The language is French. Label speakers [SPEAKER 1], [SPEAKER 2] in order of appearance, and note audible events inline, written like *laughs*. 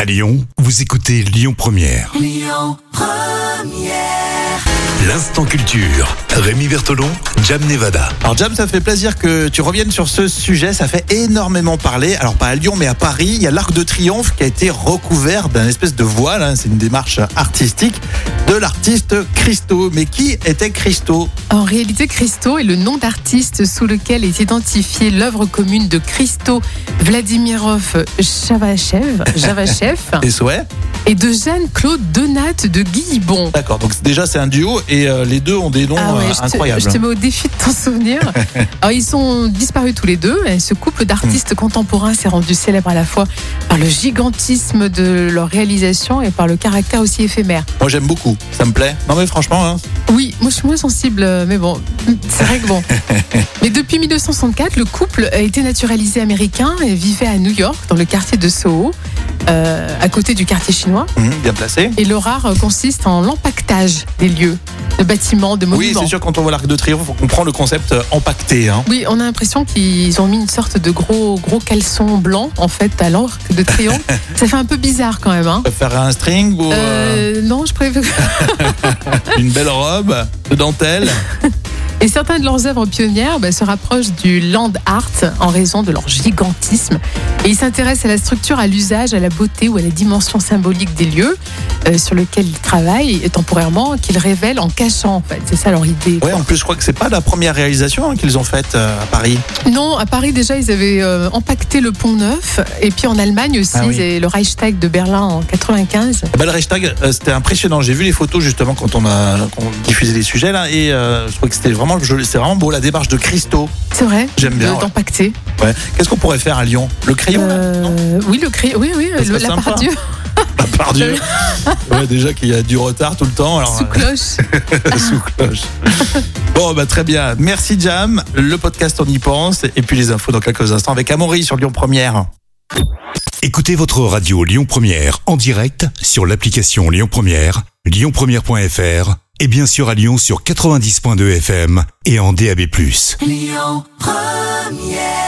[SPEAKER 1] À Lyon, vous écoutez Lyon Première. Lyon Première. L'instant culture. Rémi Vertolon, Jam Nevada.
[SPEAKER 2] Alors Jam, ça fait plaisir que tu reviennes sur ce sujet, ça fait énormément parler. Alors pas à Lyon, mais à Paris, il y a l'Arc de Triomphe qui a été recouvert d'un espèce de voile, hein. c'est une démarche artistique de l'artiste Christo. Mais qui était Christo
[SPEAKER 3] En réalité, Christo est le nom d'artiste sous lequel est identifiée l'œuvre commune de Christo Vladimirov Chavachev, Javachev
[SPEAKER 2] Tes souhaits
[SPEAKER 3] et de Jeanne-Claude Donat de Guillibon.
[SPEAKER 2] D'accord, donc déjà c'est un duo et euh, les deux ont des noms
[SPEAKER 3] Ah ouais,
[SPEAKER 2] euh,
[SPEAKER 3] je te-
[SPEAKER 2] incroyables.
[SPEAKER 3] Je te, mets au défi de t'en souvenir. Alors, ils sont disparus tous les deux. Et ce couple d'artistes contemporains s'est rendu célèbre à la fois par le gigantisme de leur réalisation et par le caractère aussi éphémère.
[SPEAKER 2] Moi j'aime beaucoup, ça me plaît. Non mais franchement, hein,
[SPEAKER 3] Oui, moi je suis moins sensible, euh, mais bon, c'est vrai que bon. Mais depuis 1964, le couple a été naturalisé américain et vivait à New York, dans le quartier de Soho, euh, à côté du quartier chinois.
[SPEAKER 2] hum, bien placé.
[SPEAKER 3] Et leur art euh, consiste en l'empactage des lieux, de bâtiments, de
[SPEAKER 2] Oui,
[SPEAKER 3] monuments.
[SPEAKER 2] c'est sûr, quand on voit l'Arc de Triomphe, on comprend le concept euh, empaqueté. Hein.
[SPEAKER 3] Oui, on a l'impression qu'ils ont mis une sorte de gros gros caleçon blanc en fait à l'arc
[SPEAKER 2] *laughs*
[SPEAKER 3] de triomphe. Ça fait un peu bizarre quand même. Hein.
[SPEAKER 2] On peut Faire un string ou euh,
[SPEAKER 3] Euh, non, je préfère.
[SPEAKER 2] une belle robe de dentelle.
[SPEAKER 3] Et certains de leurs œuvres pionnières bah, se rapprochent du land art en raison de leur gigantisme. Et ils s'intéressent à la structure, à l'usage, à la beauté ou à la dimension symbolique des lieux euh, sur lesquels ils travaillent et temporairement, qu'ils révèlent en cachant. En fait. C'est ça leur idée.
[SPEAKER 2] Ouais, en plus, je crois que c'est pas la première réalisation hein, qu'ils ont faite euh, à Paris.
[SPEAKER 3] Non, à Paris déjà, ils avaient euh, empaqueté le Pont Neuf. Et puis en Allemagne aussi,
[SPEAKER 2] Ah oui.
[SPEAKER 3] ils avaient le Reichstag de Berlin en 95.
[SPEAKER 2] Eh ben, le hashtag, euh, c'était impressionnant. J'ai vu les photos justement quand on a qu'on diffusait les sujets là, et euh, je trouvais que c'était vraiment, joli. c'est vraiment beau la démarche de Christo.
[SPEAKER 3] C'est vrai.
[SPEAKER 2] J'aime bien,
[SPEAKER 3] de-
[SPEAKER 2] ouais.
[SPEAKER 3] D'empacter.
[SPEAKER 2] Ouais. Qu'est-ce qu'on pourrait faire à Lyon Le crayon, là
[SPEAKER 3] Euh,
[SPEAKER 2] non
[SPEAKER 3] oui, le cri, oui, oui,
[SPEAKER 2] Ça
[SPEAKER 3] le,
[SPEAKER 2] serait
[SPEAKER 3] la
[SPEAKER 2] sympa.
[SPEAKER 3] part Dieu
[SPEAKER 2] Ah, par Dieu. *laughs* Ouais, déjà qu'il y a du retard tout le temps. Alors,
[SPEAKER 3] sous cloche.
[SPEAKER 2] euh, sous cloche. Bon, bah, très bien. Merci Jam. Le podcast on y pense, et puis les infos dans quelques instants avec Amaury sur Lyon Première.
[SPEAKER 1] Écoutez votre radio Lyon Première en direct sur l'application Lyon Première, lyonpremière.fr et bien sûr à Lyon sur 90.2 FM et en DAB+.
[SPEAKER 4] Lyon Première